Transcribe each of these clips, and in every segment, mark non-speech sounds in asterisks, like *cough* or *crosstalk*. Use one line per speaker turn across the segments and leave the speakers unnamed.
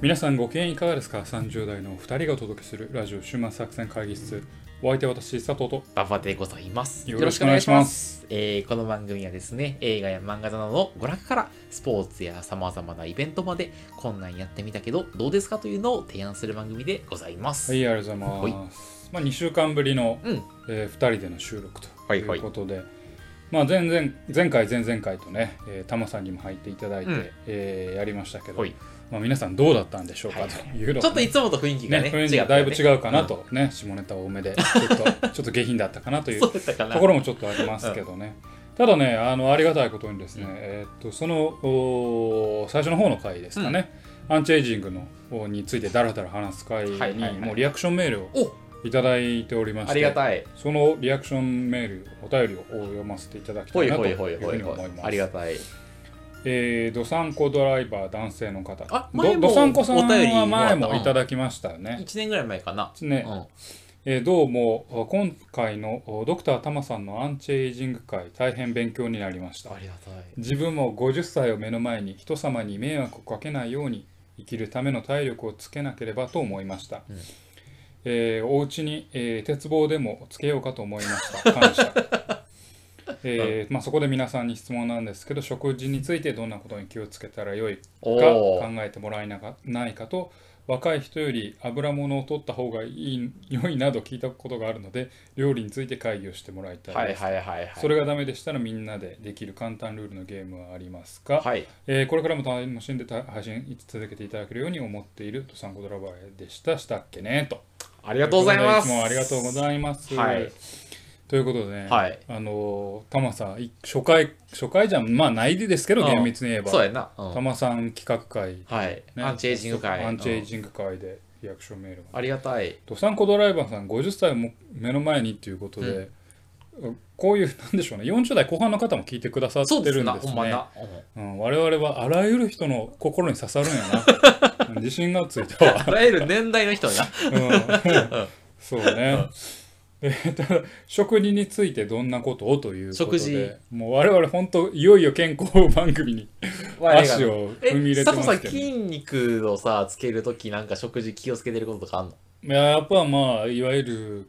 皆さんご機嫌いかがですか ?30 代のお二人がお届けするラジオ終末作戦会議室。お相手は私、佐藤と。
ババでございます。。
よろしくお願いします
えーこの番組はですね、映画や漫画などの娯楽から、スポーツや様々なイベントまで、こんなんやってみたけど、どうですかというのを提案する番組でございます。
はい、ありがとうございます。まあ、2週間ぶりの、
うん。
え2人での収録と
はいいはいう
ことで、まあ、前々前回、前々回とね、えー、タマさんにも入っていただいて、
うん
えーやりましたけど、
ほい。
まあ、皆さんどうだったんでしょう
は
か
い
というのをね
ちょっといつもと雰囲気がね、
ね、雰囲気がだいぶ違うかなと、ね下ネタ多めでちょっ
*laughs*
とちょっと下品だったかなとい
違っ
う
たよね。
と
そうだったかな。
ころもちょっとありますけどね、ただねあのありがたいことにですね、
うん
えーっとそのおー最初の方の回ですかね、アンチエイジングの方についてだらだら話す回に、
はいはいはい
もうリアクションメールを
お
いただいておりまして
ありがたい。
そのリアクションメールお便りを読ませていただき
ほ
たい
い
なと
ほ
い
いほいう
ふ
ほ
う
い
に
ほい
思い。ま
ありが
す。
たい。
えー、どさんこドライバー男性の方
あ前
ど
も
どさんこさん
お便りもら
は
っ
前
た
もいただきましたよね。
1年ぐらい前かな。
ね、えーどうもあ今回のおドクタータマさんのアンチエイジング会大変勉強になりまし
う
た
ん。ありがたい。
自分も50歳を目の前に人様に迷惑をかけないように生きるための体力をつけなければと思いました、
うん
えーお家に、えー鉄棒でもつけようかと思いました感謝
*laughs*
えーまあ、そこで皆さんに質問なんですけど食事についてどんなことに気をつけたらよい
お
か
お
考えてもらえなかないかと若い人より油物を取った方がいい *laughs* 良いなど聞いたことがあるので料理について会議をしてもらいたい
はい
です、
はいはいはい。
それがダメでしたらみんなでできる簡単ルールのゲームはありますか、
はい。
えーこれからも楽しんでた配信続けていただけるように思っているとサンコドラバーでしたしたっけねと
ありがとうございます。
とうことでいつもありがとうございます、
はい
ということでね、
はい
あのータマさんい初回初回じゃまあないでですけど
うん
厳密に言えば、
そうやな。うん
タマさん企画会
はい。
ね
アンチエイジング会。
アンチエイ
うん
ジング会でリアクションメールが
ありがたい。
ドサンコドライバーさん50歳をも目の前にっていうことで、こういうなんでしょうね40代後半の方も聞いてくださって
そ
る
うん
で
ですす
ね
な、ほんまな。
うん、我々はあらゆる人の心に刺さるんや
*laughs*
な自信がついたわ、
いわゆる年代の人
*laughs*
な。
うん、そうね、えーただ食事についてどんなことをということで
食事
もう我々本当いよいよ健康番組に足を
え、
踏み入れて
佐
ま
藤さん、
すけど、
筋肉をさ、つけるときなんか食事気をつけてることとかあんの
いややっぱまあいわゆる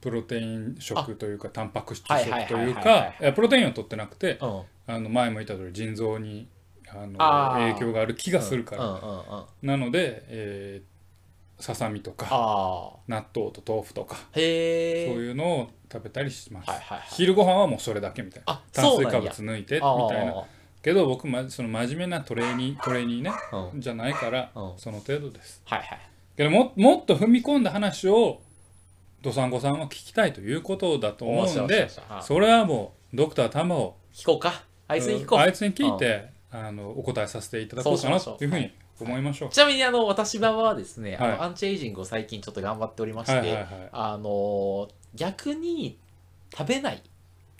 プロテイン食というかタンパク質
はいはい
食と
はいはいいうはい
かいやプロテインを取ってなくて
うん。
あの前も言った通り腎臓にあの
あー
影響がある気がするか
うん
ら
うんうんうん。あ
なのでえーささみとか
あ
納豆と豆腐とか
ー。
そう
へえ。
いうのを食べたりします
はいはいはい
昼ご飯はもうそれだけみたいな
あ
炭
そう
水
なん
化
や
物抜いてみ
あー
たいなけど僕まその真面目なトレーニートレーニーね
うん。はい
じゃないから
うん
その程度です
はい。
けどももっと踏み込んだ話をどさんこさんは聞きたいということだと思うん
面白い面
で
白い面白い
それはもうドクタータマを
聞こうか。あいつに聞こ
うんあ
う。
いつに聞いてあのお答えさせていただこうかな
そうしましょ
とい
う
うふうに思いましょう。
ちなみに、あの、私側はですね、あ
はい
のアンチエイジングを最近ちょっと頑張っておりま
はい
し
はいは
て、
い。
あの、逆に食べない。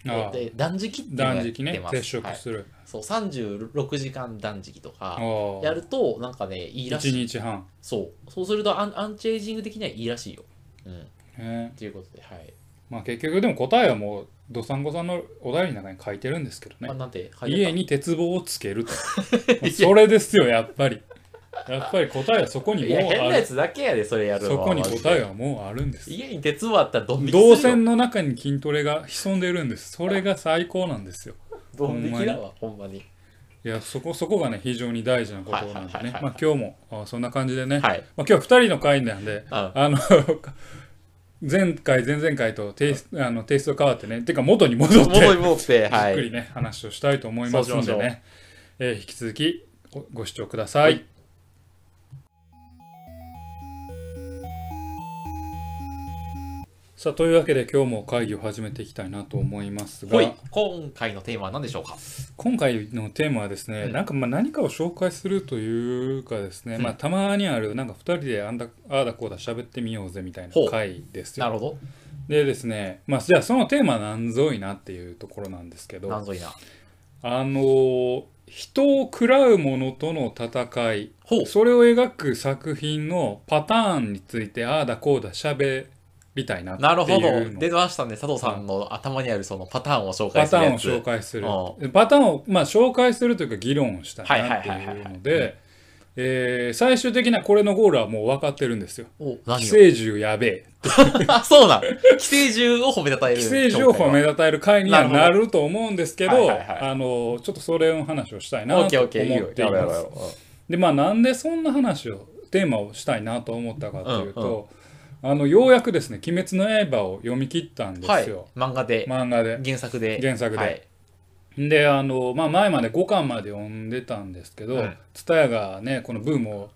ああ
で断食っていうのを
断
やって
食ね
ま、す
接
は
触
い
する。
そう36時間断食と
あ
か
あ
やるとなんかねいいら
一
しい
日半。
そうそうするとアンアンチエイジング的にはいいらしいようん
ね
ということではい、
まあ結局でも答えはもうどさんこさんのお便りの中に書いてるんですけど
あ
ね。
なんて書いてあ
家
っ
に鉄棒をつけ
*laughs*
ると。それですよやっぱり。やっぱり答えはそこ
た
に
い
もう
や変な
あ
や
る。
つだけやでそれやるの
そこに答え
は
はもうあるんです。
家に鉄棒あったらドン引きするよ
動線の中に筋トレが潜んでるんですそれが最高なんですよ
ドン引きだわほんまに
いやそこそこがね非常に大事なことなんで
はいはいはい
ね
はい
まあ今日もあそんな感じでね、
はい
まあ、今日2人の回なんで
あ
あの *laughs* 前回前々回とテイスあのテイスト変わってねてか元に戻って
戻り戻っては
じっくり
い
ね話をしたいと思いますんで
そうしましょ
ね、えー引き続きごご視聴ください、
はい
さあというわけで今日も会議を始めていきたいなと思いますが、
ほい今回のテーマは何でしょうか
今回のテーマはですね、
うん
なんかまあ何かを紹介するというかですね、
うん
まあたまにあるなんか2人であんだああだこうだ喋ってみようぜみたいな
ほう
回です
な
よ。
るほ
でですね、まあ、じゃあそのテーマなんぞいなっていうところなんですけ
ど
ど
なんぞいな
あのー人を食らうものとの戦い
ほう
それを描く作品のパターンについてああだこうだ喋りたいなって
なるほど
いうの
出ましたね佐藤さんの頭にあるそのパターンを紹介
パ
す
タ
る
ーン
や
を
つ
紹介する
う
パターンを、まあ、紹介するというか議論をしたい
はい
なっ
は
て
いはいはいいうはい
のでえー最終的なこれのゴールはもう分かってるんですよ。
お、何
寄
を
生獣やべえ。
あ、そうなん。寄生獣を褒めたたえる。
寄生獣を褒め
た
たたえる会には
な
なると思うんですけど、
はいはいはい
あのちょっとそれの話をしたいな
オ
と思
ッ
って
ケー
い
オッケー、いいよ。やろうやろう
ま
や
す
ろ。う。
でまあなんでそんな話をテーマをしたいなと思ったかという
うんう
と、あのようやくですね「鬼滅の刃」を読み切ったん
うん
で
はい。
すよ、
漫画で、
漫画で。
原作で。
原作で
はい
であの、まあ、前まで5巻まで読んでたんですけど
うん
TSUTAYA、がねこのブームを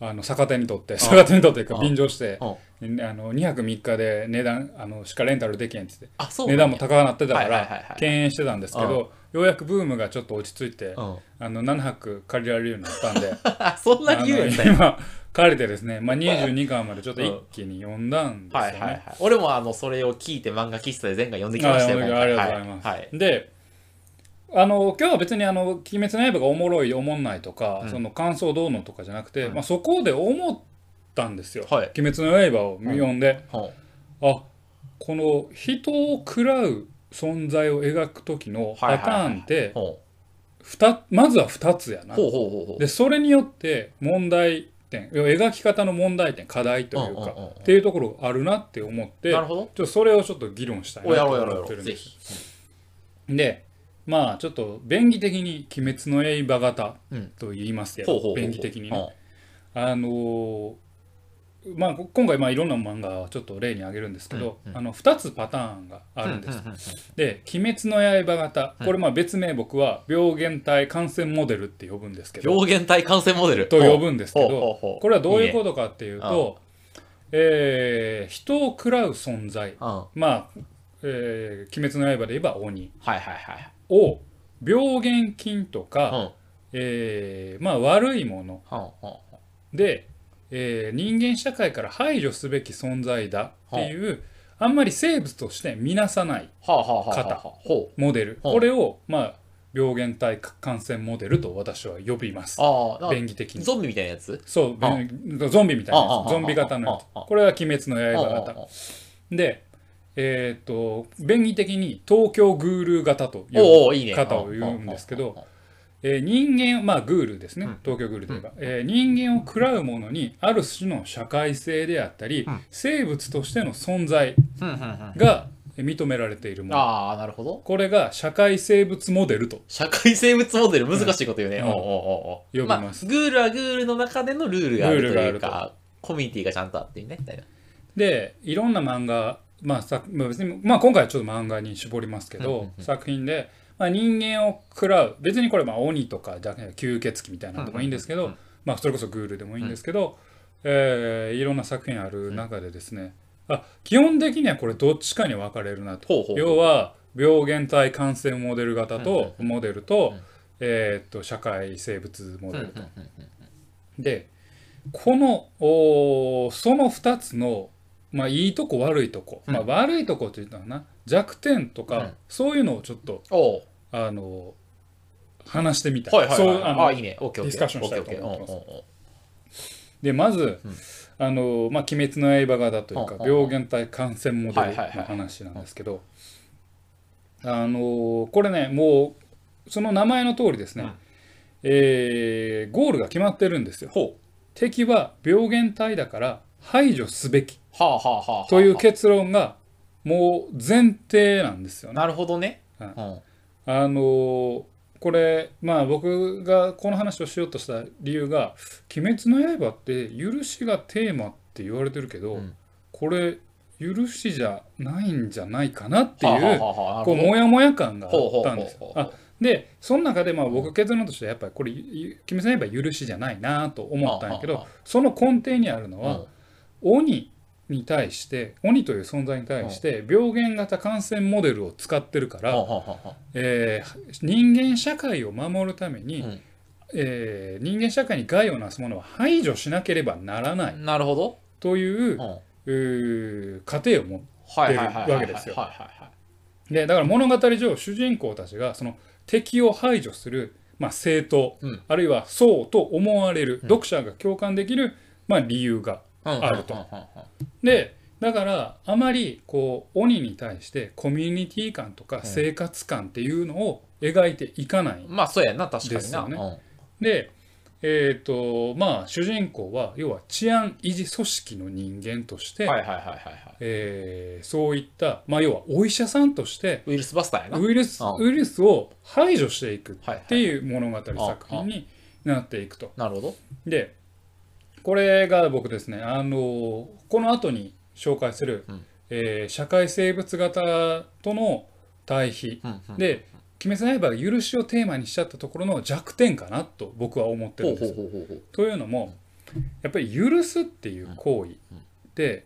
あの逆手に取って逆手に取ってという
う
か
ん
便乗して
うん
あの2泊3日で値段あのしかレンタルできへんっつって
あ、そうな
値
んや
段も高くなってたか
はいはいはいは
ら
い
敬遠してたんですけどようやくブームがちょっと落ち着いて
うん。 *laughs*
あの7泊借りられるようになったんで
あ、そんな理由やったん
あの
や。
今借りてですね、まあ、22巻までちょっと一気に読んだんですよ
はい
ね。
はいはい。俺もあの、それを聞いて漫画喫茶で前回読んできましたよ。
あ
今
ー
回
ありがとうございます。
はいはい。
であの今日は別にあの「鬼滅の刃」がおもろいおもんないとか、
うん
その感想どうのとかじゃなくて、
うん
まあ、そこで思ったんですよ「
はい
鬼滅の刃」を読んで、
ほ
あこの人を食らう存在を描く時のパターンって
うほ
ふたまずは2つや
う
な。
ほうほうほうほう。
でそれによって問題点要は描き方の問題点課題というか、
うんうんうんうん
っていうところがあるなって思って
なるほど。
ちょっとそれをちょっと議論したい
お
な
や
と
ろうやろ
思っ
う
て
や
るんで
ろう。ぜ
す。
ひ。
でまあちょっと便宜的に「鬼滅の刃」型
うん
と言いますけ
ほう
ど、
ほうほうほう。
便宜的に
う
ね。
ん
あのーまあ、こ今回まあいろんな漫画をちょっと例に挙げるんですけど、
うんうん
あの2つパターンがあるんです。
ううう
で「鬼滅の刃」型これまあ別名僕は病原体感染モデルって呼ぶんですけど、
病原体感染モデル
と呼
ん
ぶんですけど、これはどういうことかっていうとえー人を食らう存在
うんはい
まあ、えー鬼滅の刃」で言えば鬼
はいはい
を病原菌とか、
はい
えーまあ、悪いもの
うんうんうん
で、えー人間社会から排除すべき存在だっていうあんまり生物として見なさない
はあはあはあはあ
肩
ほう
モデル
はあ
これを、まあ、病原体感染モデルと私は呼びます
ああ
便宜的に
ゾンビみたいなやつ
そう
はあ
便ゾンビみたいなやつ
はあはあはあ
ゾンビ型のや
はあは
つ
あ
これは「鬼滅の刃」
うんうんうん
型でえーっと便宜的に東京グール型という
おうおういいね
方を言うんですけど
うんうんうん
えー人間まあグールですね、
うん
東京グールといえば、えー人間を食らうものにある種の社会性であったり、
うん
生物としての存在
うんうんうん
が認められているもの
ああなるほど
これが社会生物モデルと
社会生物モデル難しいこと言うね、
うん
おうおうおうおう
呼びます
あ、グールはグールの中でのルールがあるという
ルールが
かコミュニティがちゃんとあってねみたいな
でいろんな漫画、まあさまあ別にまあ、今回はちょっと漫画に絞りますけど、
うんうんうん
作品で、まあ、人間を食らう別にこれまあ鬼とかだけ吸血鬼みたいなのでもいいんですけど、
うんうんうん
まあ、それこそグールでもいいんですけど、えーいろんな作品ある中でですね、あ基本的にはこれどっちかに分かれるなと。
ほうほう
要は病原体感染モデル型とモデルと,、
うん
えーっと社会生物モ
うん
デ
う
ル
ん
と、
うん
でこのおーその2つの、まあ、いいとこ悪いとこ、
うん
まあ、悪いとこって言ったらな弱点とか、
うん
そういうのをちょっと
おう
あの話してみたい。
はいはい
そう
はい
あ
あ
の
あいいねオッケーオ
デ
ッケー
ィスカッションしたいと思ってます
オッケーオッケーうんうんうん
でまず、
うん
あのまあ、鬼滅の刃型というか、
うんうんうん
病原体感染モデルの話なんですけど、あのこれねもうその名前の通りですね、
うん
えーゴールが決まってるんですよ。敵は病原体だから排除すべき
はあはあはあはあ
という結論がもう前提なんですよね。
なるほどね、
うん
うん
あのーこれまあ僕がこの話をしようとした理由が「鬼滅の刃」って「許し」がテーマって言われてるけど、
うん
これ許しじゃないんじゃないかなって
はあ
いう
はあはあなる
こ
ほ
う
ど
モヤモヤ感があ
ほう
っ
ほうほう
たん
ほ
ですよ
う。
あでその中でまあ僕結論としてはやっぱりこれゆ「鬼滅の刃」許しじゃないなと思ったんやけ
は
ど
あは
その根底にあるの
う
は
ん
鬼に対して鬼という存在に対して病原型感染モデルを使ってるから、
はあはあはあ
えー人間社会を守るために、
うん
えー人間社会に害をなすものは排除しなければならない
なるほど。
という
う、ん。
うー過程を持っ
はいはいはいはいはい。
出るわけですよ
はいはいはい。
でだから物語上主人公たちがその敵を排除する、まあ、政党、
うん
あるいはそうと思われる、
うん
読者が共感できる、まあ、理由が
うん
あると
うんうんうん
でだからあまりこう鬼に対してコミュニティ感とか
うん
生活感っていうのを描いていかない、
うんまあそうやな、確か
で
に
す
な。
よね
うん
で、えっ、と、まあ、主人公は、要は治安維持組織の人間として、
はいはいはいはいはい。
えーそういった、まあ、要はお医者さんとして、
ウイルスバスターやな。
ウイルス、
うん
ウイルスを排除していく
はい
っていう物語作品になっていくと。
なるほど。
で、これが僕ですね、あの、この後に紹介する、
うん
えー社会生物型との対比
うんうん、
で、鬼滅の刃が許しをテーマにしちゃったところの弱点かなと僕は思って
ほ
るん
う
です
ほう
よ。
ほうほうほう。
というのもやっぱり許すっていう行為
うんうん
で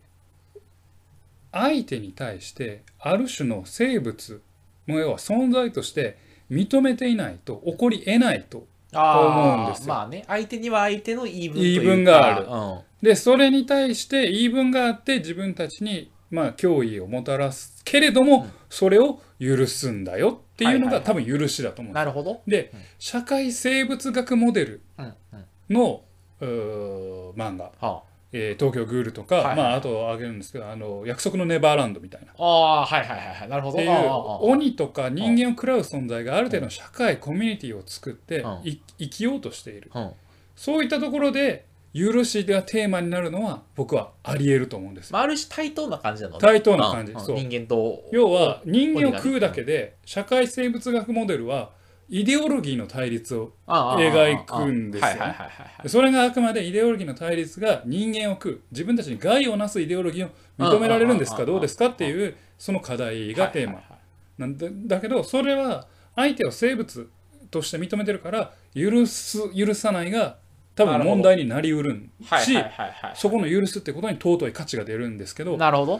相手に対してある種の生物も要は存在として認めていないと起こり得ないと
あ
思うん
あ
ですよ
まあね、相手には相手の言い分と
言
いう
い
か
分がある
うん
でそれに対して言い分があって自分たちにまあ脅威をもたらすけれど
う
も
ん
それを許すんだよっていうの
はいはいは
が
い
多分許しだと思うんで
なるほど。
すで
うん
社会生物学モデル
うんうん。
のうー漫画
は
えー東京グールとか、
はい
まあ、あとあげるんですけどあの約束のネバーランドみたいな。っ
あ、ああー、はいはいはいはい。なるほど。
ていう
あーあ
鬼とか人間を食らう存在がある程度の社会コミュニティを作って
うん
い生きようとしている
ーあーうん
そういったところで許しがテーマになるのは僕はありえると思うんですよ
まあ、ある種対等な感じなのね。
対等な感じ
うんうん
そう
人間と。
要は人間を食うだけで社会生物学モデルはイデオロギーの対立を
あー、
描くんですよね
はいはいはいはいはい。
それがあくまでイデオロギーの対立が人間を食う自分たちに害をなすイデオロギーを認められるんです
うん
か
うん
ど
うんうん
うですかっていうその課題がテーマ
はいはいはい
なんだだけどそれは相手を生物として認めてるから許す許さないが多
な
分
るほど
問題になりうるん
はい
し
はいはいはい
そこの許すってことに尊い価値が出るんですけど「
なるほど。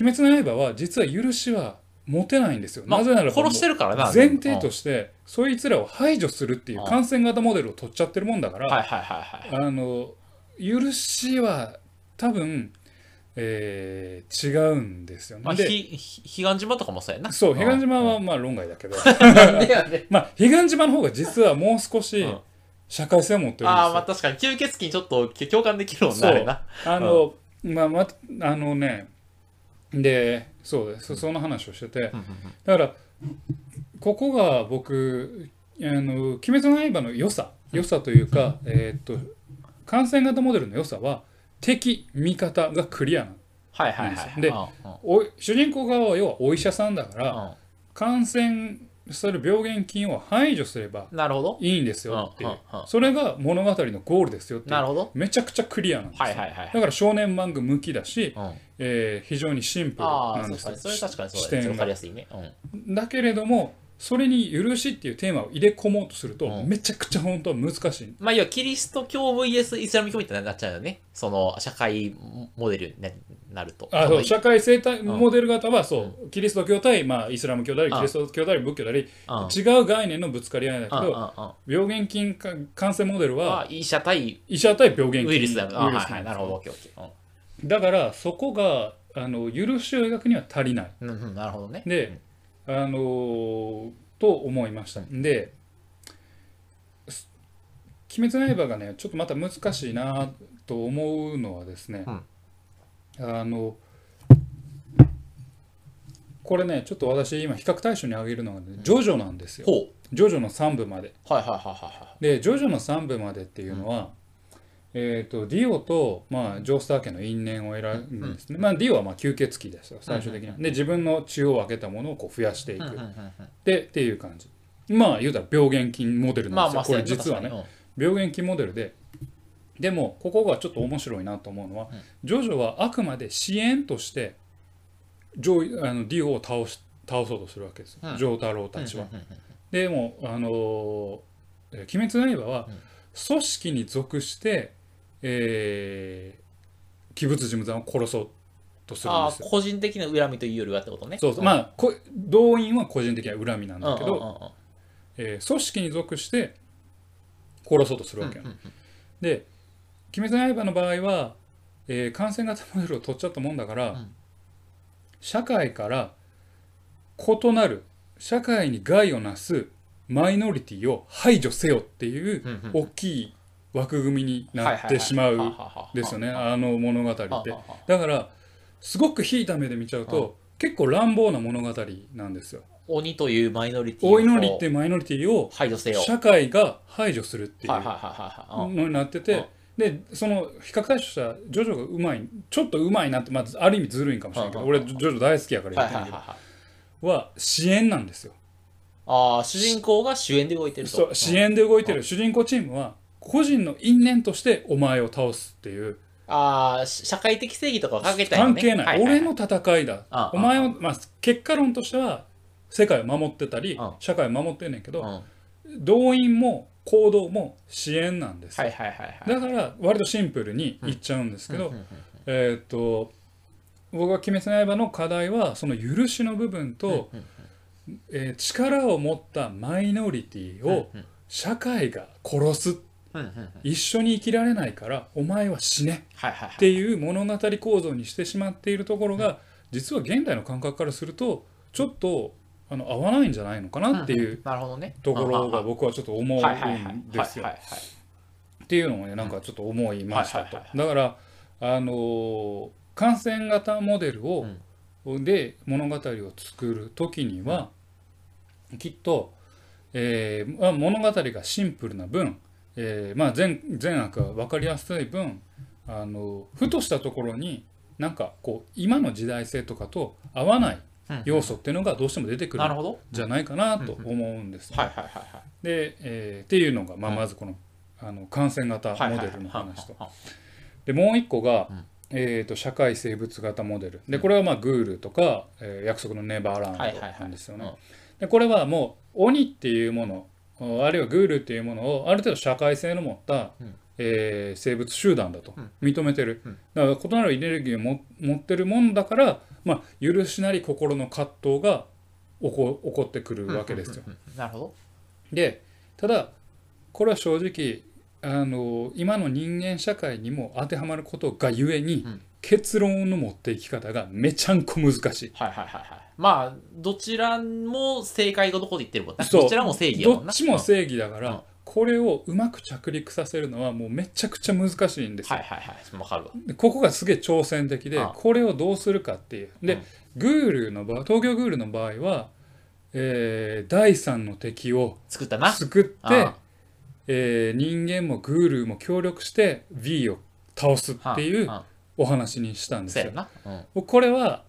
鬼滅の刃」は実は許しは持てないんですよ。
まあ
なぜならばも
殺
う
してるからな。
前提と
し
してそいつらを排除するっていう
うん
感染型モデルを取っちゃってるもんだから
はいはいはいはい。
あの許しは多分、えー違うんですよね。
まあ、
で
ひ、ひ、彼岸島とかもそうやな。
そう、
ん
彼岸島はまあ論外だけ *laughs* ど、
なんでやね。
まあ、彼岸島の方が実はもう少
う
し
ん
社会性を持ってるんですよ。
ああ、まあ確かに吸血鬼にちょっと共感できるもんな、
そう
あれな。
あの、まあ、まあのね、で、そうです、その話をしてて、だから、ここが僕、あの鬼滅の刃の良さ、良さというか、えーっと、感染型モデルの良さは、敵、味方がクリアなの
はいはいはい。
で
うんうん
お主人公側は要はお医者さんだから、
う
感染する病原菌を排除すれば
んなるほど。
いいんですよっていう、
うんうんうん
それが物語のゴールですよってい
な
う
るほど。
めちゃくちゃクリアなんですよ、
はいはいはい。
だから少年漫画向きだし、
うん
えー非常にシンプル
あ
な
あ、
ん
そう
です
か
よ
ね。それは確かにそ
視
うだね。わ
点
かり
が
やすいね。うん
だけれどもそれに「許し」っていうテーマを入れ込もうとすると、
うん
めちゃくちゃ本当は難しい
まあ、要はキリスト教 VS イスラム教みたいになっちゃうよね。その、社会モデルになると。
あそう
そ
社会生態モデル型はそう、キリスト教対、まあ、イスラム教であり
うん
キリスト教であり仏教であり、
のうん
違う概念のぶつかり合いだけ
うんうん
ど、
うん
病原菌か感染モデルは
あ医者対
医者対病原菌
ウイルスだよな。あ
ウイルス
はいはい。なるほど。オッケーオッケー
だからそこがあの許しを描くには足りない
うんうんうんなるほどね。
であのーと思いましたです「鬼滅の刃」がねちょっとまた難しいなと思うのはですね、
うん
あのこれねちょっと私今比較対象に挙げるのがね、ジョジョなんですよ
ほう。
ジョジョの3部まで
はいはいはいはいはい。
で「ジョジョの3部」までっていうのは、えー、とディオと、まあ、ジョースター家の因縁を得られるんですね、まあ、ディオはまあ吸血鬼ですよ最終的には、で自分の血を分けたものをこう増やしていく、
うんうんうん
でっていう感じまあ言うたら病原菌モデル
うんま
なん
あ
ですよ、
まあ、
これ
そうや
実は
な
ね、。
確か
病原菌モデルででもここがちょっと面白いなと思うのは、
うん
ジョジョはあくまで支援としてジョあのディオを倒し倒そうとするわけですよ、
うん
ジョータロウ
に
たちは、
うんうんうんうん
でも、あのー鬼滅の刃は
うん
組織に属して、えー鬼物事務山を殺そうとするん
あ
で
あ
すよ。
個人的な恨みというよりはってことね。
そうそう
あ、
まあ、こ動員は個人的な恨みなんだけど、
うんうんうんうん
えー組織に属して殺そうとするわけよ、で「鬼滅の刃」の場合は、えー感染型モデルを取っちゃったもんだから、
うん
社会から異なる社会に害をなすマイノリティを排除せよっていう
うんうん
大きい枠組みになってしまうんですよね、あの物語って。
はははははははははは
だからすごくひいた目で見ちゃうと、結構乱暴な物語なんですよ。
お鬼というマイノリティを
お祈りっていうマイノリティを
排除せよ。
社会が排除するっていう
はいはいはいはいはい。うん
のになってて、でその比較対象したジョジョがうまいちょっとうまいなって、まあ、ある意味ずるいんかもしれないけど、
うんうん
俺ジョジョ大好きやから言
は
っ
い
て
はい
ん
はい
けど、
はい。
は支援なんですよ
ああ、主人公が主演で動いてると。
そう支援で動いてる主人公チームは個人の因縁としてお前を倒すっていう
ああ、し社会的正義とかをかけたい
関係ない、
はいはいは
俺
い
の戦いだ
ああ
お前
あ
を、まあ、結果論としては世界を守ってたり
あ
社会を守ってんねんけ
うん
ど
はい
動員も行動も支援なんですよ、
はいはいはい。
だから割とシンプルにいっちゃうんですけど、
うんうんうん
えーっと僕が「鬼滅の刃」の課題はその許しの部分と、えー力を持ったマイノリティを
うんうん
社会が殺す
うんうんうんはい
一緒に生きられないからお前は死ね
はいはい。。
っていう物語構造にしてしまっているところが実は現代の感覚からするとちょっとあの合わないんじゃないのかなっていうん
なるほどね。
ところが
うんうん
僕はちょっと思
うんはいはいはい。
うんですよ
はい。はいはい
っていうのをねなんかちょっと思いましたと
はいはいはい。
だからあのー感染型モデルを、で物語を作る時には、きっと、えーまあ、物語がシンプルな分、えーまあ、善善悪が分かりやすい分あのふとしたところになんかこう今の時代性とかと合わない
うんうん
要素っていうのがどうしても出てくる
なる
ん
ほど。
じゃないかなと思うんですよ。
はいはいはいはい。
でえーっていうのが、まあ、
うん
まずこの,、あの感染型
はい
モ
は
デ
いはい
ルの話と。
は
でもう一個が、
うん
えー、と社会生物型モデルでこれはまあグールとか、えー約束のネバーランド
はいはいはい
なんですよね、
うん
でこれはもう鬼っていうものおあるいはグールっていうものをある程度社会性の持った、
うん
えー生物集団だと
うん
認めてる、
うん
だから異なるエネルギーをも持ってるもんだから、まあ、許しなり心の葛藤が起こ起こってくるわけですよ。
うんうんうんうんなるほど。
でただこれは正直あの今の人間社会にも当てはまることがゆえに、
うん
結論の持っていき方がめちゃんこ難しい。
はいはいはいはい。まあ、どちらも正解がどこで言ってるもんな。
そう
どちらも正義や
ど
もん
っ
な。
ちも正義だから、
うん
これをうまく着陸させるのはもうめちゃくちゃ難しいんですよ。
はいはいはい。わかるわ。
でここがすげえ挑戦的で
ああ
これをどうするかっていう。で、
うん
グールの場合東京グールの場合は、えー第三の敵を
作ったな。
作って
ああ
えー人間もグールも協力して V を倒すっていうんお話にしたん
ん
です
そうや
よ。
な。うん。うん。
僕これは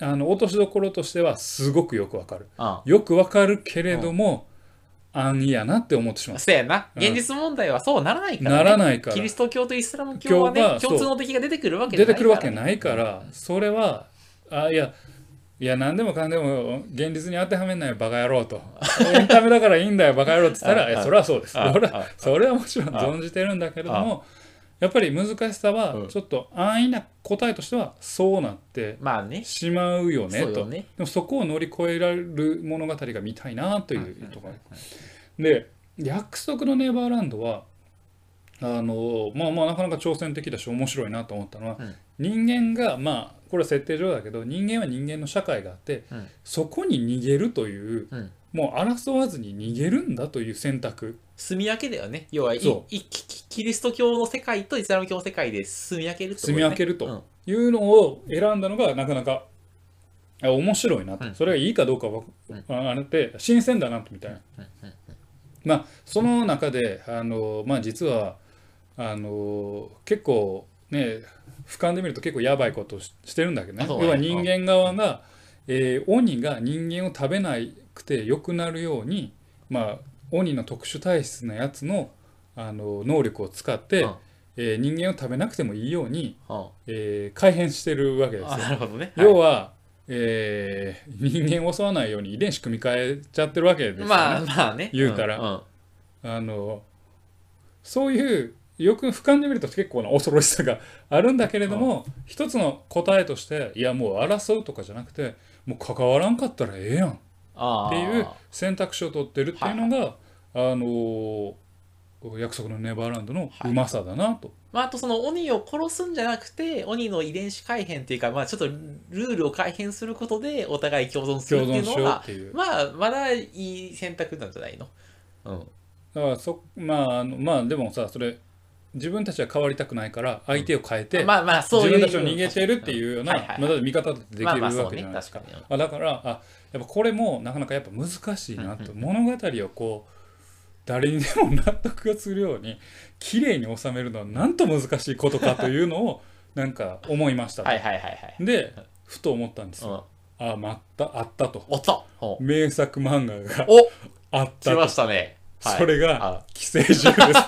あの落としどころとしてはすごくよくわかる。
あ
よくわかるけれども安易やなって思ってしまう。
そうやな。
うん
現実問題はそうならないから、ね。
ならないか
キリ
ら
スト教とイスラム教はね
教が、そう
共通の敵が出てくるわけじ
出
ゃな
てく
いから、
るわけないからそれはあいやいや何でもかんでも現実に当てはめんなよバカ野郎とエンタメだからいいんだよバカ野郎って言った
*laughs*
ら
あ
いやそれはそうです
あ
それは
あ
それはもちろん存じてるんだけれどもやっぱり難しさ
う
は
ん
ちょっと安易な答えとしてはそうなって
まあね。
しまうよね
そう
と
よね。
でもそこを乗り越えられる物語が見たいなというところで約束のネバーランドはあのまあまあなかなか挑戦的だし面白いなと思ったのは、
うん
人間がまあこれは設定上だけど人間は人間の社会があって、
うん
そこに逃げるという
うん。
もう争わずに逃げるんだという選択
住み分けだよね。要はい
そ
いききキリスト教の世界とイスラム教の世界で住み分けるってことね
住み分けると
うん
いうのを選んだのがなかなかあ面白いなと、
うん
それがいいかどうかは、ああれって新鮮だなとみたいな。まあ、その中であの、まあ、実はあの結構ね俯瞰で見ると結構やばいことをししてるんだけどね
あそうだね
要は人間側が、えー鬼が人間を食べなくて良くなるように、まあ、鬼の特殊体質なやつのあの能力を使って、
うん
えー人間を食べなくてもいいように、
うん
えー改変してるわけですよ
あ。なるほどね。
要
は
は、えー人間を襲わないように遺伝子組み替えちゃってるわけです
い
よね。
まあまあね。
言うたら
んん
あのそういうよく俯瞰で見ると結構な恐ろしさがあるんだけれども、一つの答えとしていやもう争うとかじゃなくてもう関わらんかったらええやんっ
ああ
ていう選択肢を取ってるっていうのが、あの約束のネバーランドのうまさだなと、
まあ、あとその鬼を殺すんじゃなくて鬼の遺伝子改変っていうか、まあ、ちょっとルールを改変することでお互い共存するっ
共
て
存
いう
し
の
よう
は
っていう。
まあまだいい選択なんじゃないのうん
だからそまああのまあでもさそれ自分たちは変わりたくないから相手を変えて、
まあまあ、そう
自
いう。
分たちを逃げてるっていうような、
はいはいはい
まあだって見方だってできる
まあまあ、そ
わ
う
けじ
ね
ゃない。です
確
か
か。に。
あだからあやっぱこれもなかなかやっぱ難しいなと、
うん
物語をこう誰にでも納得がするように綺麗に収めるのはなんと難しいことかというの
*laughs*
をなんか思いましたと、
はいはいはいはい。
でふと思ったんです
うん
よ、。あまったあったと
おっとお
名作漫画が
お
あった
来
と
ましたね。はい
それ
あ
が寄生獣
*laughs*
です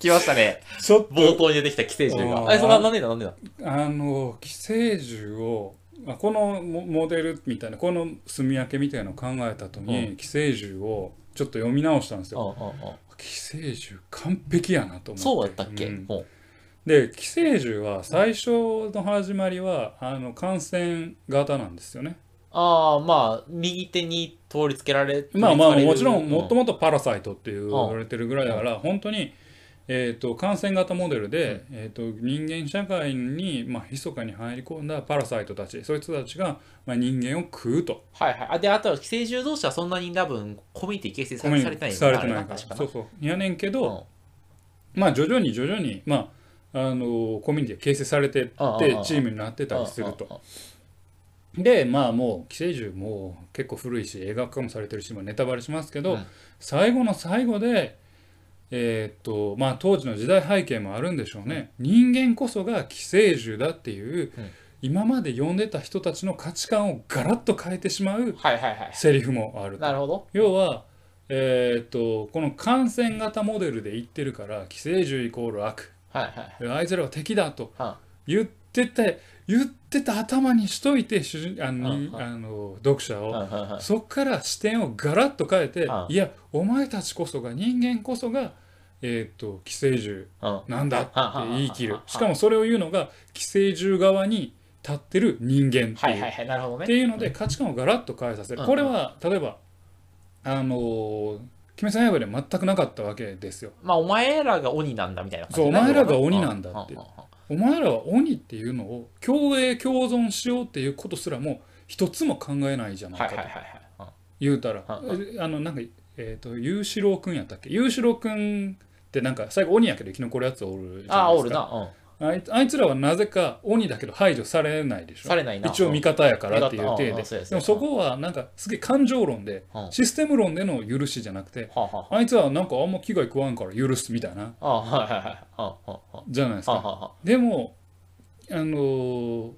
来まし
*laughs*
たね。
ちょっ
冒
と、
頭に出てきた寄生獣
あ
が。
ー
あれ、そんな、なんでだ、なんでだ。
あの、寄生獣を、まあこのモモデルみたいな、この住み分けみたいなのを考えた後に、
う
寄生獣をちょっと読み直したんです
うんう
よ。
んうん。
寄生獣完璧やなと思って。
そうやったっけ
ん
も
で、寄生獣は最初の始まりは、あの、感染型なんですよね。
ああ、まあ、右手に通りつけられ
まあまあ、
取り
も
つ
ち
かれ
ろ
る
ん、もともとパラサイトって言
ああ
われてるぐらいだから、本当に、えー、と感染型モデルで、えー、と人間社会に、まあ密かに入り込んだパラサイトたちそいつたちが、まあ、人間を食うと
はいはい。あで、あとは寄生獣同士はそんなに多分、コミュニティ形成
コ
さ
ミ
れ
ュ
され
ニテ
てない
ィ
よ
され
な
てないから
確かな
そうそうやねんけど、
うん
まあ、徐々に徐々に、まあ、あのコミュニティが形成されてって
ああああああ
チームになってたりすると
うんうん
でまあもう寄生獣もう結構古いし映画化もされてるしもうネタバレしますけど、
うん
最後の最後でえーっとまあ当時の時代背景もあるんでしょうね、人間こそが寄生獣だっていう、
うん
今まで読んでた人たちの価値観をガラッと変えてしま
う
うん
はいはいはい。
セリフもあると
なるほど。
要はえーっとこの感染型モデルで言ってるから寄生獣イコール悪
はいはい。
あいつらは敵だと
うん
言ってて言ってた頭にしといて主人あの
うんうん
あの読者を
うんうんうん
そっから視点をガラッと変えて
うん
いやお前たちこそが人間こそがえー、と寄生獣
うん
なんだって言い切
う
る
ん
しかもそれを言うのが寄生獣側に立ってる人間って
はいいうはいはい。なるほど
っ
ね
て。いうので価値観をガラッと変えさせる、
うん
これは例えばあのー「鬼滅の刃」では全くなかったわけですよ
まあ、お前らが鬼なんだみたいな感じ
そう
だね
お前らが鬼なんだって
うんうんうん
お前らは鬼っていうのを共栄共存しようっていうことすらも一つも考えないじゃない
は
か
い
と、
はいはいはい。うん
言うたら、
う
えあのなんかえっ、と裕四郎くんやったっけ裕四郎くんってなんか最後鬼やけど生き残るやつおるじゃ
ああ、
ないで
お
す
る
か
な。うん
あいあいつらはなぜか鬼だけど排除されないでしょ
されないな。
一応味方やからっていう体で、
うんうんうんそうや
でもそこはなんかすげえ感情論で、
うん
システム論での許しじゃなくて、
はあは
あいつはなんかあんま危害食わんから許すみたいな
あはあはいはいはいうんうんうん
じゃないです
はあ
か。
はあはあ
でもあのー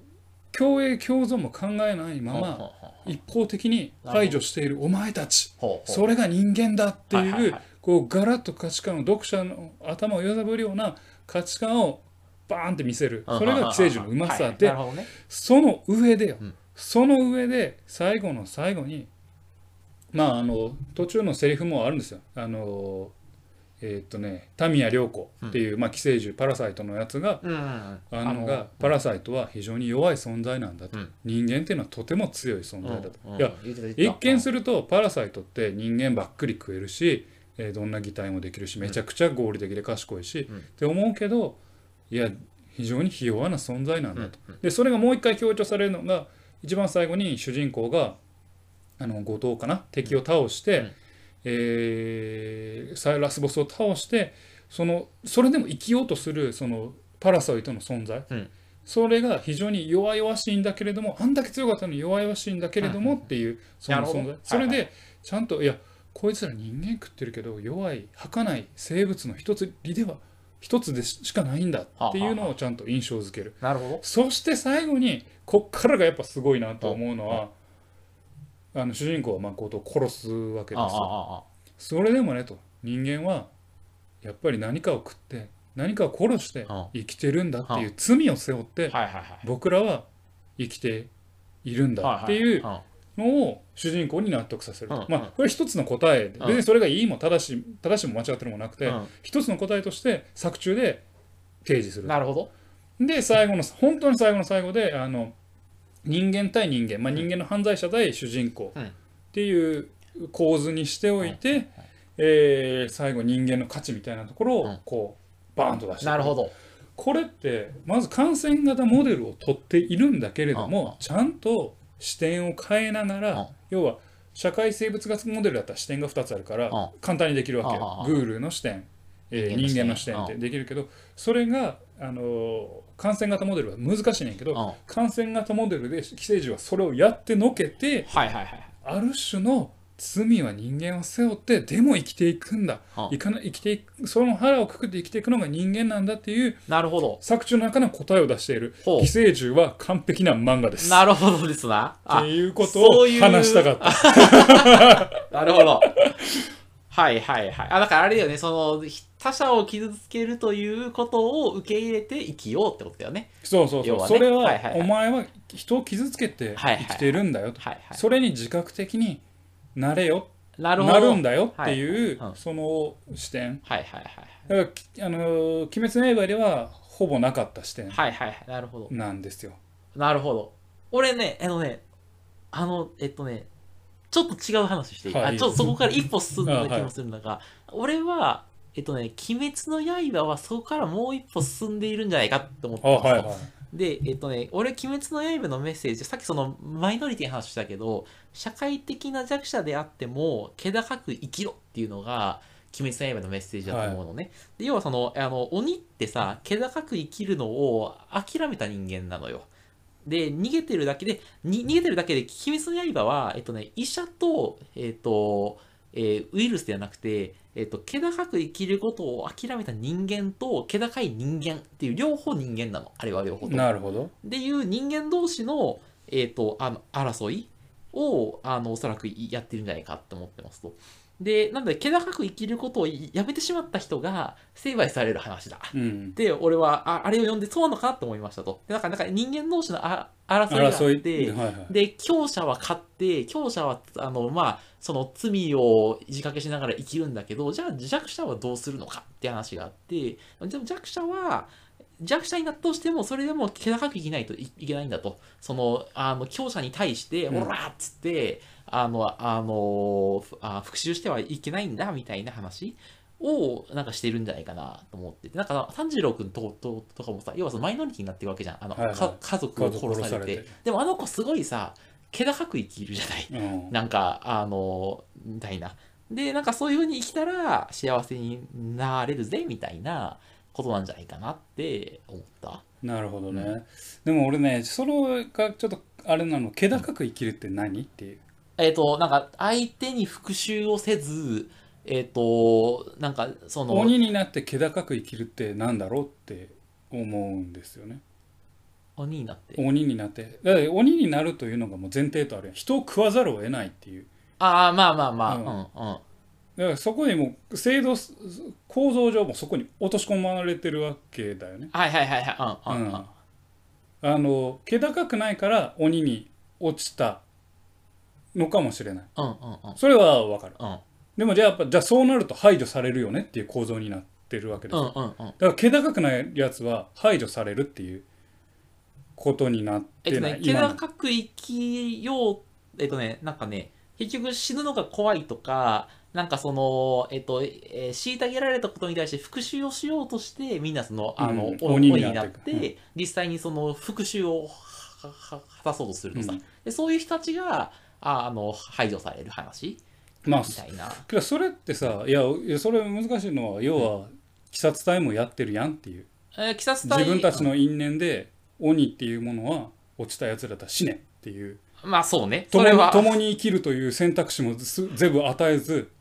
共栄共存も考えないま
うんうん
ま
うん
一方的に排除しているお前たち
ほうほう
それが人間だって
はいはい
い
はいう
こうガラッと価値観を読者の頭を揺さぶるような価値観をバーンって見せるそれが寄生獣のうまさ
は
で
いはいなるほどね
その上でよ、
うん
その上で最後の最後にまああの途中のセリフもあるんですよあのえーっとね田宮涼子っていう、まあ、寄生獣パラサイトのやつが
うんうんうん
あのがパラサイトは非常に弱い存在なんだと、
うん
人間っていうのはとても強い存在だと、
うんうん
いや
言ってた言ってた
一見するとパラサイトって人間ばっくり食えるし、えーどんな擬態もできるしめちゃくちゃ合理的で賢いし、
うん
って思うけどいや非常にひ弱な存在なんだと、でそれがもう一回強調されるのが一番最後に主人公があの後藤かな敵を倒して、
うん
えーさラスボスを倒してそのそれでも生きようとするそのパラサイトの存在、
うん
それが非常に弱々しいんだけれどもあんだけ強かったのに弱々しいんだけれどもっていうその
なるほど
存
はいは
在
い
それでちゃんといやこいつら人間食ってるけど弱い儚い生物の一つりでは一つでししかないんだっていうのをちゃんと印象づける
なるほ
そして最後にこっからがやっぱすごいなと思うのはあの主人公はまあ強盗を殺すわけ
どあ
ですよ
ああ
それでもねと人間はやっぱり何かを食って何かを殺して
あ
生きてるんだっていう罪を背負って
ああはいはいはい
僕らは生きているんだっていう
は
のを主人公に納得させる
うん
と、まあ、これ一つの答えで
うん
別にそれがいいも正しい正しいも間違ってるもなく
いはい
て
はい
一つの答えとして作中で提示す
う
る
んなるほど
で最後の本当に最後の最後であの人間対人間、まあ、人間の犯罪者対主人公
うん
っていう構図にしておいて、えー最後人間の価値みたいなところ
う
を
ん
こうバーンと出して
なるほど
これってまず感染型モデルを取っているんだけれど
うん
もちゃんと視点を変えなが
うん
ら要は社会生物学モデルだったら視点が2つあるから
うん
簡単にできるわけ
うんうん
よ。グールの視点えー
人
人
間
間
の
の
視
視点
点
ってできるけどそれがあの感染型モデルは難しいねんけ
うん
ど感染型モデルで寄生獣はそれをやってのけて
はいはいはい。
ある種の罪は人間を背負ってでも生きていくんだ
うん
いかな生きていくその腹をくくって生きていくのが人間なんだっていう
なるほど。
作中の中の答えを出している
ほう
寄生獣は完璧な漫画です。
なるほどですな。
っ
あ
て、いうことを
そういう
話したかった。
なるほど。はいはいはい。あ、だからあれだよね、その、他者を傷つけるということを受け入れて生きようってことだよね。
そうそうそ
要
う、
はね
それは,、
はいはいはい
お前は人を傷つけて生きてるんだよと、
はいはい。
それに自覚的になれよ
な
な
る
る
ほど。
ん
だ。
だよっていう、
はいうん
その視点
はいはいはい。
だからきあのー「鬼滅の刃」ではほぼなかった視点
はいはいはい。なるほど。
なんですよ、
なるほど。俺ね、あのね、あの、えっとね、ちょっと違う話していい、
はい
あちょっとそこから一歩進んだ気もするんだが、俺は、えっとね、鬼滅の刃はそこからもう一歩進んでいるんじゃないかって思って
あ
たんです
は
よ
いは
で、えっとね、俺、鬼滅の刃のメッセージ、さっきそのマイノリティの話したけど、社会的な弱者であっても、気高く生きろっていうのが、鬼滅の刃のメッセージだと思うのね。で要はその、あの、鬼ってさ、気高く生きるのを諦めた人間なのよ。で、逃げてるだけで、に逃げてるだけで、鬼滅の刃は、えっとね、医者と、えっと、えーウイルスではなくて、えっと、気高く生きることを諦めた人間と、気高い人間っていう、両方人間なの。あれは両方
い、
とも。
なるほど
でいう人間同士の,、えー、とあの争いをあのおそらくやってるんじゃないかと思ってますと。で、なので、気高く生きることをやめてしまった人が成敗される話だ。
うん
で、俺はああれを読んでそうなのかなと思いましたと。で、なんかなんか人間同士のあ争いがあって
争いって、はいはい、
で、強者は勝って、強者は、あの、まあ、その罪を自掛けしながら生きるんだけど、じゃあ弱者はどうするのかって話があって、でも弱者は、弱者になったとしても、それでも気高く生きないといいけないんだと。その、あの、強者に対して、オ
うん
ラーっつって、あの、あの、ふあ復讐してはいけないんだ、みたいな話を、なんかしてるんじゃないかなと思ってて。なんか、炭治郎くんとととかもさ、要はそのマイノリティになってるわけじゃん。あの、
はいはい
か家族を殺され
家族
て
殺されて
でもあの子すごいさ気高く生きるじゃない
うん
なんかあのみたいなでなんかそういう風に生きたら幸せになれるぜみたいなことなんじゃないかなって思った
なるほどね、でも俺ねそれがちょっとあれなの気高く生きるって何っていう
えっ、となんか相手に復讐をせずえっ、となんかその
鬼になって気高く生きるってなんだろうって思うんですよね
鬼になって
鬼になってだって鬼になるというのがもう前提とあるやん人を食わざるを得ないっていう
ああまあまあまあうんうん
だからそこにもう制度す構造上もそこに落とし込まれてるわけだよね
はいはいはいはいうんうんうん
あの気高くないから鬼に落ちたのかもしれない
うんうんうん
それはわかる
うん
でもじゃあやっぱじゃあそうなると排除されるよねっていう構造になってるわけです
う
よ
んうんうん
だから気高くないやつは排除されるっていうことになっ
えっと
てない、
ね、気
今の
高く生きよう、えっとね、なんかね、結局死ぬのが怖いとか、なんかその、えっと、えー虐げられたことに対して復讐をしようとして、みんなその、あの、
うん
お鬼
鬼
に
にな
なっ
ってて、
実際にその復讐をははは果たそうとするとさ、
うん
でそういう人たちが、ああの、排除される話
まあ
みたいな。
けどそれってさいやいやそれ難しいのは要は鬼殺隊もやってるやんっていう
えー、鬼殺隊
自分たちの因縁で鬼っていうものは落ちたやつらだ死ねっていう
まあそうね、そ
共
れ
に
は。
共に生きるという選択肢もす全部与えず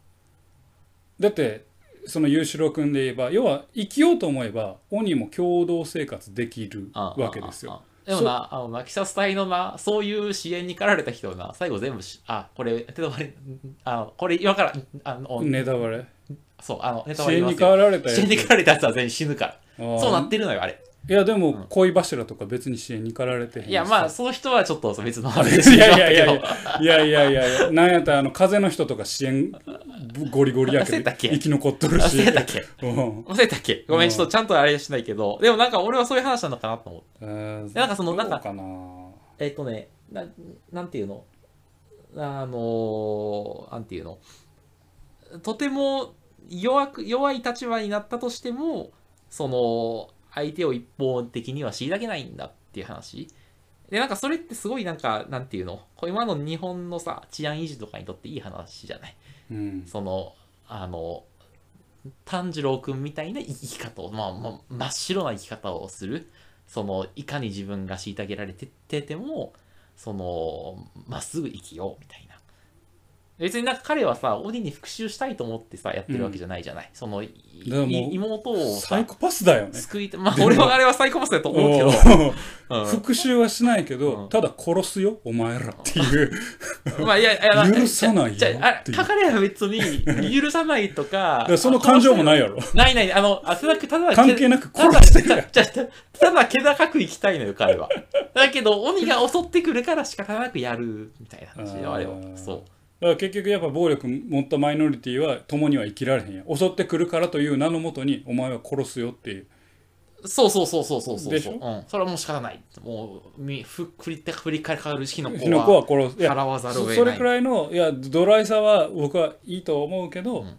だってその裕四郎君で言えば要は生きようと思えば鬼も共同生活できるわけですよ。
うんうんうんうん。でもな、あのな、鬼殺隊のな、そういう支援に駆られた人はな、最後全部し、あ、これ、ネタバレ、 *laughs* あの、これ今から、あの、
ネタバレ
そう、あの、ネタバ
支
レ
援
言い
に
ます
変
よ
わられたや
支
つ
援に駆られたやつは全員死ぬから。
あー
そうなってるのよ、あれ。
いやでも恋柱とか別に支援に駆られてへんし
いや、まあ、その人はちょっと別の話です
い
けど
やいやいやいやいやいやい
*laughs*
やなんやったらあの風の人とか支援ぶゴリゴリや
そう
け
やった
ど
っけ
生き残っとる
あ
し
*laughs* 忘れたっけ
うん
忘れたっけご
う
め、
んん
ちょっとちゃんとあれしないけど、でもなんか俺はそういう話なのかなと思って。
えー
なんかそのなんか
どうかな
えっとね、ななんていうのあの、なんていうのとても弱く弱い立場になったとしても、その、相手を一方的には虐げないんだっていう話。で、なんかそれってすごいなんか、なんていうのこう今の日本のさ、治安維持とかにとっていい話じゃない
うん
その、あの、炭治郎くんみたいな生き方を、まあまあ、真っ白な生き方をするそのいかに自分が虐げられてててもそのまっすぐ生きようみたいな別になんか彼はさ鬼に復讐したいと思ってさやってるわけじゃないじゃない、そのい
だからもう
い妹を
サ
さ
イコパスだよね。
救いたまあ
でも
俺はあれはサイコパスだと思うけど、
おー
うん
復讐はしないけど、
うん
ただ殺すよお前らっていう
まあいやいや
許さないよ
じゃああ
っていう
書かれは別に許さないと
だ
か
*laughs* からその感情もないやろ
ないないあのあただただ
関係なく
ただ
殺してるやん
ただただ気高く生きたいのよ彼はだけど鬼が襲ってくるから仕方なくやるみたいな話よあれは
あー
そう
だから結局やっぱ暴力持ったマイノリティは共には生きられへんやん襲ってくるからという名のもとにお前は殺すよっていう
そうそうそうそうそうそう
でし
そ
ょ
う、うん、それはもう仕方ないもうみふ振り振り返る火の
火の粉
粉
は
は
殺すいや
払わざるを
そ
得
そ
な
れ
い
くらいのいやドライさは僕はいいと思うけど、
うん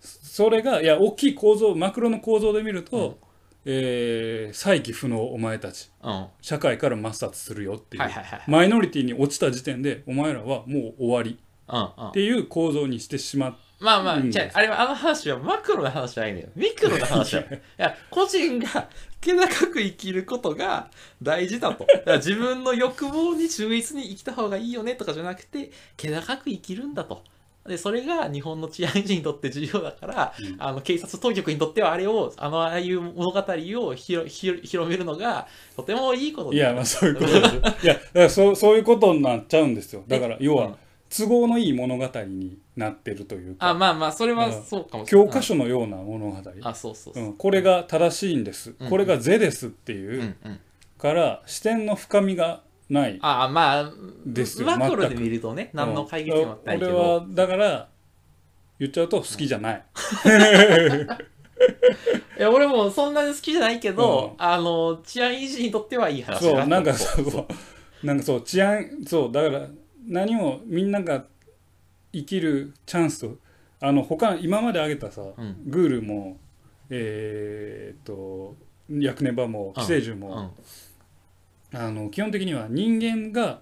それがいや大きい構造マクロの構造で見ると、
うん
えー再起不能お前たち
うんは
社会から抹殺するよって
い
いう、
はいはい
マイノリティに落ちた時点でお前らはもう終わり
うんうん
っていう構造にしてしまっ
まあまあ、
うん
じゃあ、あれは、あの話はマクロの話じゃないのよ。ミクロの話だ
*laughs*
よ。いや、個人が、気高く生きることが大事だと。だから自分の欲望に忠実に生きた方がいいよねとかじゃなくて、気高く生きるんだと。で、それが日本の治安人にとって重要だから、
うん
あの、警察当局にとってはあれを、あの、ああいう物語をひろひろ広めるのが、とてもいいこと
い
だよ
やまあそういうことですよいやだからそうそういうことになっちゃうんですよだから要
うん
は都合のいい物語になってるという
あ、
か
まあまあ、それは
うん
そうかもしれな
教
い。
科書のような物語、
うんあ、そうそう
う
そう。
ん、これが正しいんです、
うん
これが是ですって
う
い
ん、う、
うん
うん。
から視点の深みがない
ああまあ
ですよ
マクロで
全く
見るとね何の会議でもないけ
俺
ど、
はだから言っちゃうと好きじゃない、
いや俺もそんなに好きじゃないけど、あの治安維持にとってはいい話だ
そうなんか
と
そうそうなんかそう治安そうだから何をみんなが生きるチャンスをあの他今まで挙げたさ、
ん
グールもえーっとヤクネバも寄生獣
う
も、
ん
あの基本的には人間が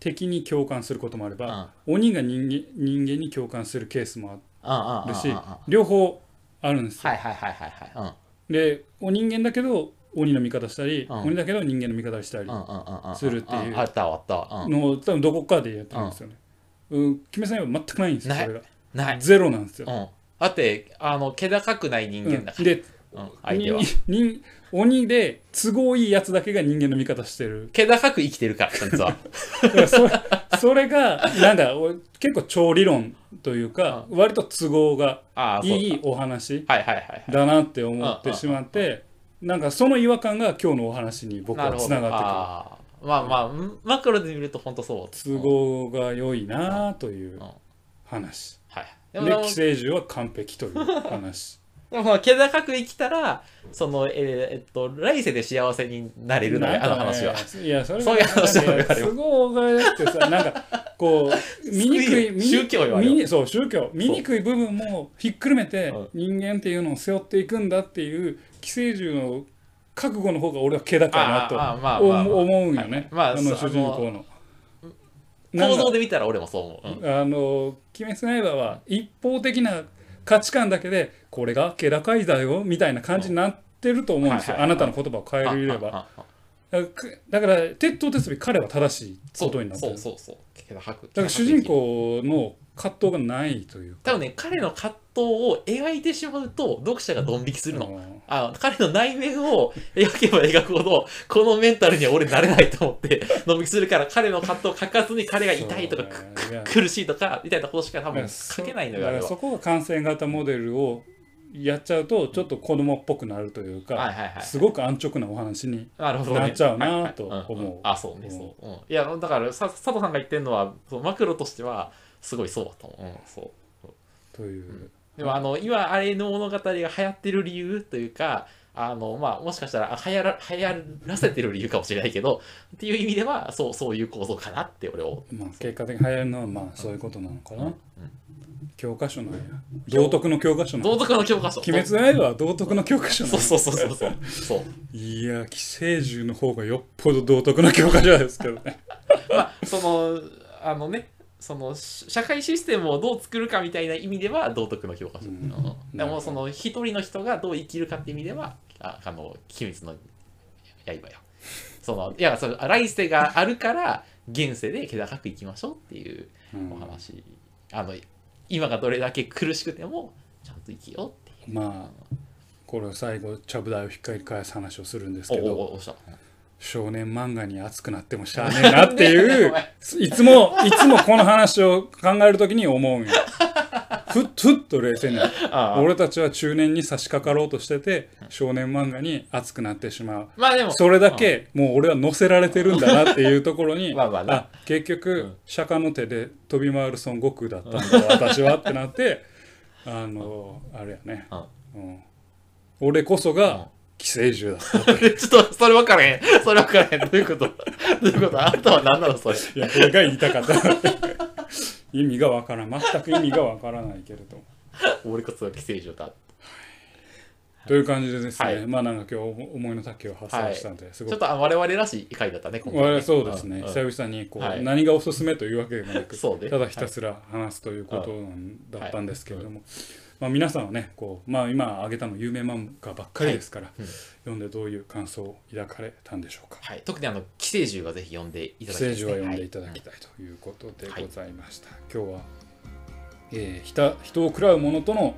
敵に共感することもあれ
うん
ば、鬼が人間人間に共感するケースも
あ
あるし
はいは
両方あるんですよ、
いはいはいはいうん
でお人間だけど鬼の味方したり、
うん
鬼だけど人間の味方したり、
うんうんうんうん
するっていう
ああったわあったわうん
の多分どこかでやってるんですよね。うん、決めさんは全くないんですよ、
ない
それが。
ない
ゼロなんですよ
う。んだってあの気高くない人間だか
うん
ら、
で、
うん相手は
人人鬼で都合いいやつだけが人間の味方してる。
気高く生きてるからこいつは
だからそれそれが、なんだ、俺結構超理論というか、割と都合が
ああそう
いいお話
はいはいはい
だなって思ってしまって、なんかその違和感が今日のお話に僕
な
は
るほ
つ
ど
ながって
ああまあまあマクロで見ると本当そう
くる。都合が良いなという
うんうん
話。
はい
で、
でも
寄生獣は完璧という話。
でも、気高く生きたら、その、えーえっと、来世で幸せになれるのよ、あの話は。。
いや、それ
そういう話なのよ
なんか
あれ
ね
は
すごいお金だってさ、なんか、こ
*laughs*
う、醜い、
救い宗教よあれは
醜いそう、宗教。醜い部分もひっくるめて
うん、
人間っていうのを背負っていくんだっていう、寄生獣の覚悟の方が俺は気高いなと
ああああまあ
お
まあまあ
思うんよね。
まあ
あ
そう
の主人公の。なん
行
か
動で見たら俺もそう思う。うん
あの「鬼滅の刃」は一方的な価値観だけでこれが気高いだよみたいな感じになってると思うんですよ、
はい
あ
はいはい
なたの言葉を変えれれば
あああ
だからだから鉄頭鉄尾彼は正しいことになって
そ
る
うそうそう。気高く。
だ
だ
から主人。公の葛藤がないという
多分ね、彼の葛藤を描いてしまうと、読者がドン引きするの。
うん
あ彼の内面を描けば描くほど、このメンタルには俺なれないと思って、ドン引きするから、彼の葛藤を書かずに、彼が痛いとか、
そうね
く
いや
く苦しいとか、みたいなことしか
だか
多分
ら
書けないのよ、
だか
あれ
ら
は。
そこが感染型モデルをやっちゃうとちょっと子供っぽくなるというか、
はいはいはい。
すごく安直なお話に
なるほど、ね。
なっちゃうなと
はいはい
思うん
んあ、そう
う
ね、
ん
そう。うん、いや、だからさ、佐藤さんが言ってるのは、そうマクロとしては、すごいそうだと思う。うん、そう。
という。
でも、あの、今、あれの物語が流行ってる理由というか、あの、まあ、もしかしたら、あ流行ら、流行らせてる理由かもしれないけど、っていう意味では、そう、そういう構造かなって、俺を。
まあ、結果的に流行るのはまあそういうことなのかな、
うん
教科書なんや道徳の教科書なんや
道徳の教科書。
鬼滅の刃は道徳の教科書なん
そ
や
うそうそうそうそう。そう。
いや寄生獣の方がよっぽど道徳の教科書ですけどね
まあ、その、あのね、そのし社会システムをどう作るかみたいな意味では道徳の教科書、
う
うんんでもその一人の人がどう生きるかって意味ではああの鬼滅の刃よそのいやその来世があるから現世で気高く生きましょうっていう
うん
お話、あの今がどれだけ苦しくてもちゃんと生きようっていう
まあこれは最後ちゃぶ台をひっくり返す話をするんです
お
け
お
ど
おおっしゃ
少年漫画に熱くなってもしゃあねえなってい
*laughs* ご
う
めん
いつもいつもこの話を考えるときに思うんよふっふっと冷静になる
ああ
俺たちは中年に差し掛かろうとしてて少年漫画に熱くなってしまう
まあでも
それだけもう俺は乗せられてるんだなっていうところに
*laughs* まあまあな
結局、
ん
釈迦の手で飛び回る孫悟空だったんだ私はってなってあのあれやね、うん俺こそ
うん
が寄生獣だった
俺 *laughs* ちょっとそれ分からへんそれ分からへんどういうことどういうことあなたは何なのそれ
いやこれが言いたかった *laughs* 意味がわからん全く意味がわからないけれど
俺こそが寄生獣だ
という感じでですね、
はい
まあなんか今日思いの丈を発散したんで、す
ち
ご
ょっ
く
とあ我々らしい回だったね、今回ね
我々そうですね、
んうん
久々にこう、
はい
何がおすすめというわけでもなく
そうね。
ただひたすら話すということなんだったんですけれども、まあ、皆さんはねこう、まあ、今挙げたの有名漫画ばっかりですから、
うん
読んでどういう感想を抱かれたんでしょうか。
はい、はい特にあの、寄生獣はぜひ読んでいただきたい
政
です
治
ね、
は読んでいただきたいということでございました。今日は、えーひた人を喰らう者との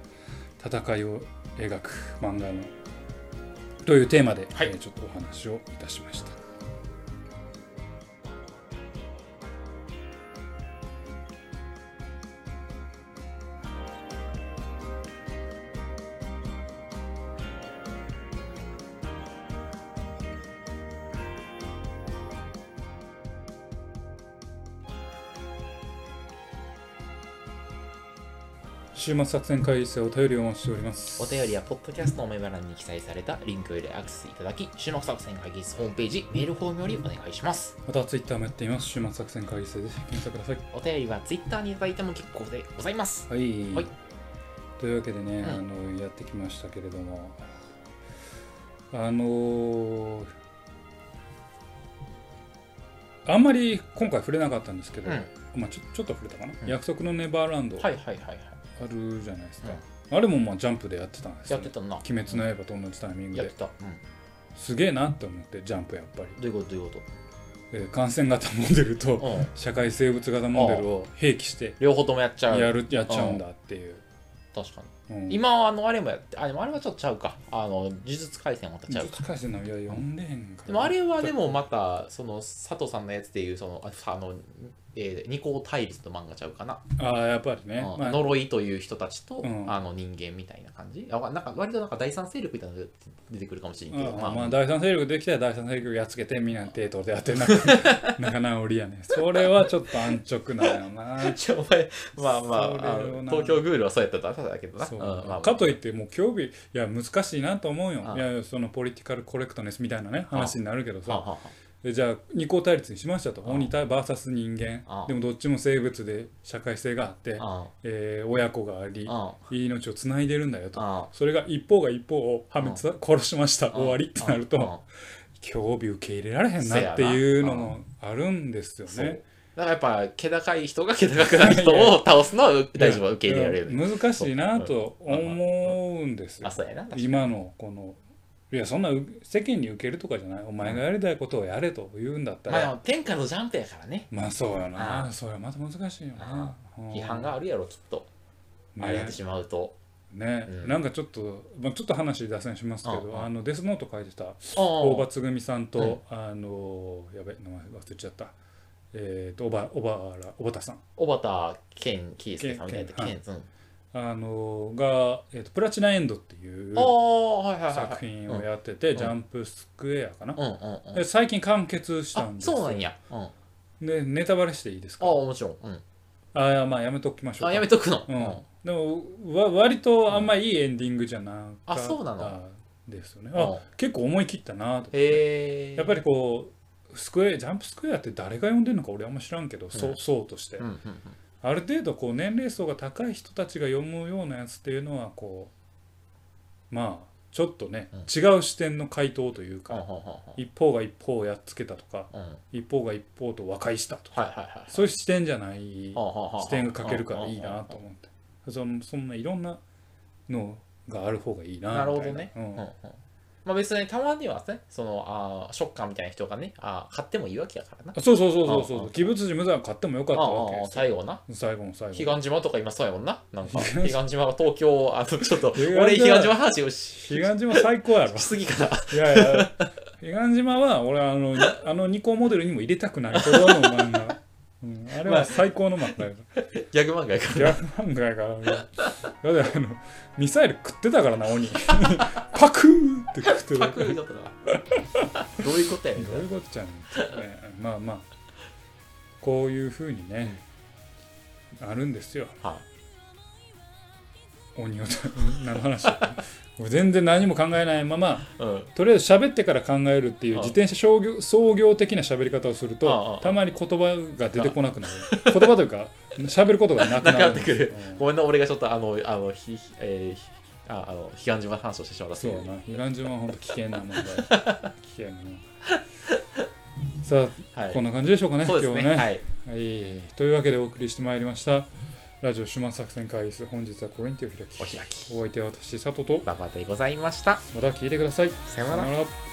戦いを描く漫画のというテーマで、
はい
えーちょっとお話をいたしました。週末作戦会議室へお便りをお待ちしております。
お便りは、ポッドキャストのメモ欄に記載されたリンクよりアクセスいただき、収録作戦会議室ホームページ、メールフォームよりお願いします。
またツイッターもやっています。週末作戦会議室で検索ください。
お便りは Twitter にいただいても結構でございます。
はい、
はい
というわけでね、
うん
あのやってきましたけれどもあのーあんまり今回触れなかったんですけ
う
ど、
ん。はい
まあ、ちょちょっと触れたかな、
うん
約束のネバーランドあ
はいはいはい。
るじゃないですか、
うん
あれもまあジャンプでやってたんですよ、
やって
ね、
たな。
鬼滅の刃と同じタイミング
やっ
で
てた。うん。
すげえなって思ってジャンプやっぱり、
どういうことどういうこ
えー感染型モデルと
とうん。
社会生物型モデルを併記して
両方ともやっちゃう。
やるやっちゃうんだっていう、
確かに。
うん
今はあの、あれもやって、あ、でもあれはちょっとちゃうか。あの、呪術廻戦またちゃう
呪
か
術。廻戦のいや読んでへんから
でもあれはでもまたその佐藤さんのやつでいうそのああの、えー二項対立の漫画ちゃうかな、
ああやっぱりね、
うん
まあ、
呪いという人たちと、
うん
あの人間みたいな感じあわなんか割となんか第三勢力みたいなのが出てくるかもしれんけど、
うん
まあ、
まあ第三勢力できたら第三勢力やっつけてみんなデートでやって
*laughs*
なんか仲直りやねそれはちょっと安直なよ
*laughs*
な
ちょお前まあまああ
それを
の
な
東京グールはそうやったとあれだけどな
そう
うんまあまあ
かといってもう競技いや難しいなと思うよ
ああ
いやそのポリティカルコレクトネスみたいなね話になるけど
はあは
さ
あは
でじゃあ二項対立にしましたと
ああ
鬼対 VS 人
あ
間
あ
でもどっちも生物で社会性があって
あ
えー親子があり
ああ
命をつないでるんだよと
あ
それが一方が一方を破滅さ殺しました
あ
終わりってなる
あ
と
あ
興味受け入れられへん
せや
な
な
っていうのもあるんですよ
そう
ね。
だからやっぱ気高い人が気高くない
*laughs*
人を倒すのは大丈夫受け入れられる、
いや難しいなと思うんですよ
あ。そうやな確かに
今のこのいやそんなう世間に受けるとかじゃないお前がやりたいことをやれと言うんだった
まあで
ら
も天下のジャンプやからね
まあそうやな
ああ
それはまた難しいよな。うん
批判があるやろきっとあれやっ
ね
てしまうと。
ね
うん
なんかちょっと、まあ、ちょっと話脱線しますけど
ああ
あのデスノート書いてた大
お
場つぐみさんと、あのやべ名前忘れちゃったえっ、と小ば小原小畑さん
おばた健喜介さんみたいな
健
健うん。
あのが、えーと「プラチナエンド」っていう
ああはいはいはい。
作品をやってて、
ん
ジャンプスクエアかな、
うんうんう
で
ん。
最近完結した
あ
んですよ
そうなんや。うん。あ
でネタバレしていいです
あ
か
もちろん。うん。
あーまあやめときましょう
あ
か
やめとくの。
うん。でもわ割とあんまいいエンディングじゃなか
あ
った
そうなの
ですよね
うん
あ結構思い切ったなと
へえ。
やっぱりこうスクエアジャンプスクエアって誰が読んでるのか俺あんま知らんけど、そうそうとして、
うんうんうん。
ある程度こう年齢層が高い人たちが読むようなやつっていうのはこうまあちょっとね、
うん
違う視点の回答という
うんうん
か、一方が一方をやっつけたとか
うんうん
一方が一方と和解したとか
はいはいはい
そういう視点じゃない視
視
点が書けるからいいなと思ってそのそんないろんなのがある方がいいな
なるほ
みた
ど
い
ね。
う
うん
ん
うんまあ別にたまにはね、そのあーショッカーみたいな人がね、あー買ってもいいわけやからな。
そうそうそうそうそ
うんう
うん鬼物寺無惨買ってもよかったわけ
あ
で
ー最後な。
す最後の最後 *laughs*
彼岸島とか今そうやもんな。なんか、
彼岸
彼岸島は東京、あの、ちょっと、
彼岸島
俺、彼岸島話をし
彼岸島最高やろ
しすぎかな。
いやいや彼岸島は俺あのあの2個モデルにも入れたくないほどの漫画、うん、あれは最高の漫画やから
ギャグ漫画やか
ギャグ漫画やからねだってあのミサイル食ってたからな鬼 *laughs* パクーって食ってた
ら。パ
か
ク
ら
リだったな。
*laughs*
どういうことやねん
どういうことじゃんね、まあまあこういうふうにね、あるんですよ
は
鬼を *laughs* 何の話もう全然何も考えないまま
い。うん。
とりあえず喋ってから考えるっていう
ああ
自転車商業創業的な喋り方をすると
ああああ
たまに言葉が出てこなくなる言葉というか喋ることがなく
なくな
な
っ
る
てくる
うん。
ごめんな、俺がちょっとあの、あの、ひ、えーひ、ああの、彼岸島の話をしてしまったせ
そう
い
や
で。
な彼岸島は本当危険な
*laughs*
問題危険な問題さあ、
はい
こんな感じでしょうかね
そうです
今
ね。
日はね
はい。
はい、というわけでお送りしてまいりましたラジオ島作戦会議室本日はこれにてお開き
お開き。
お相手は私佐藤と
馬場でございました。
また聞いてください
さよ
さ
うな
よな。
ら
ら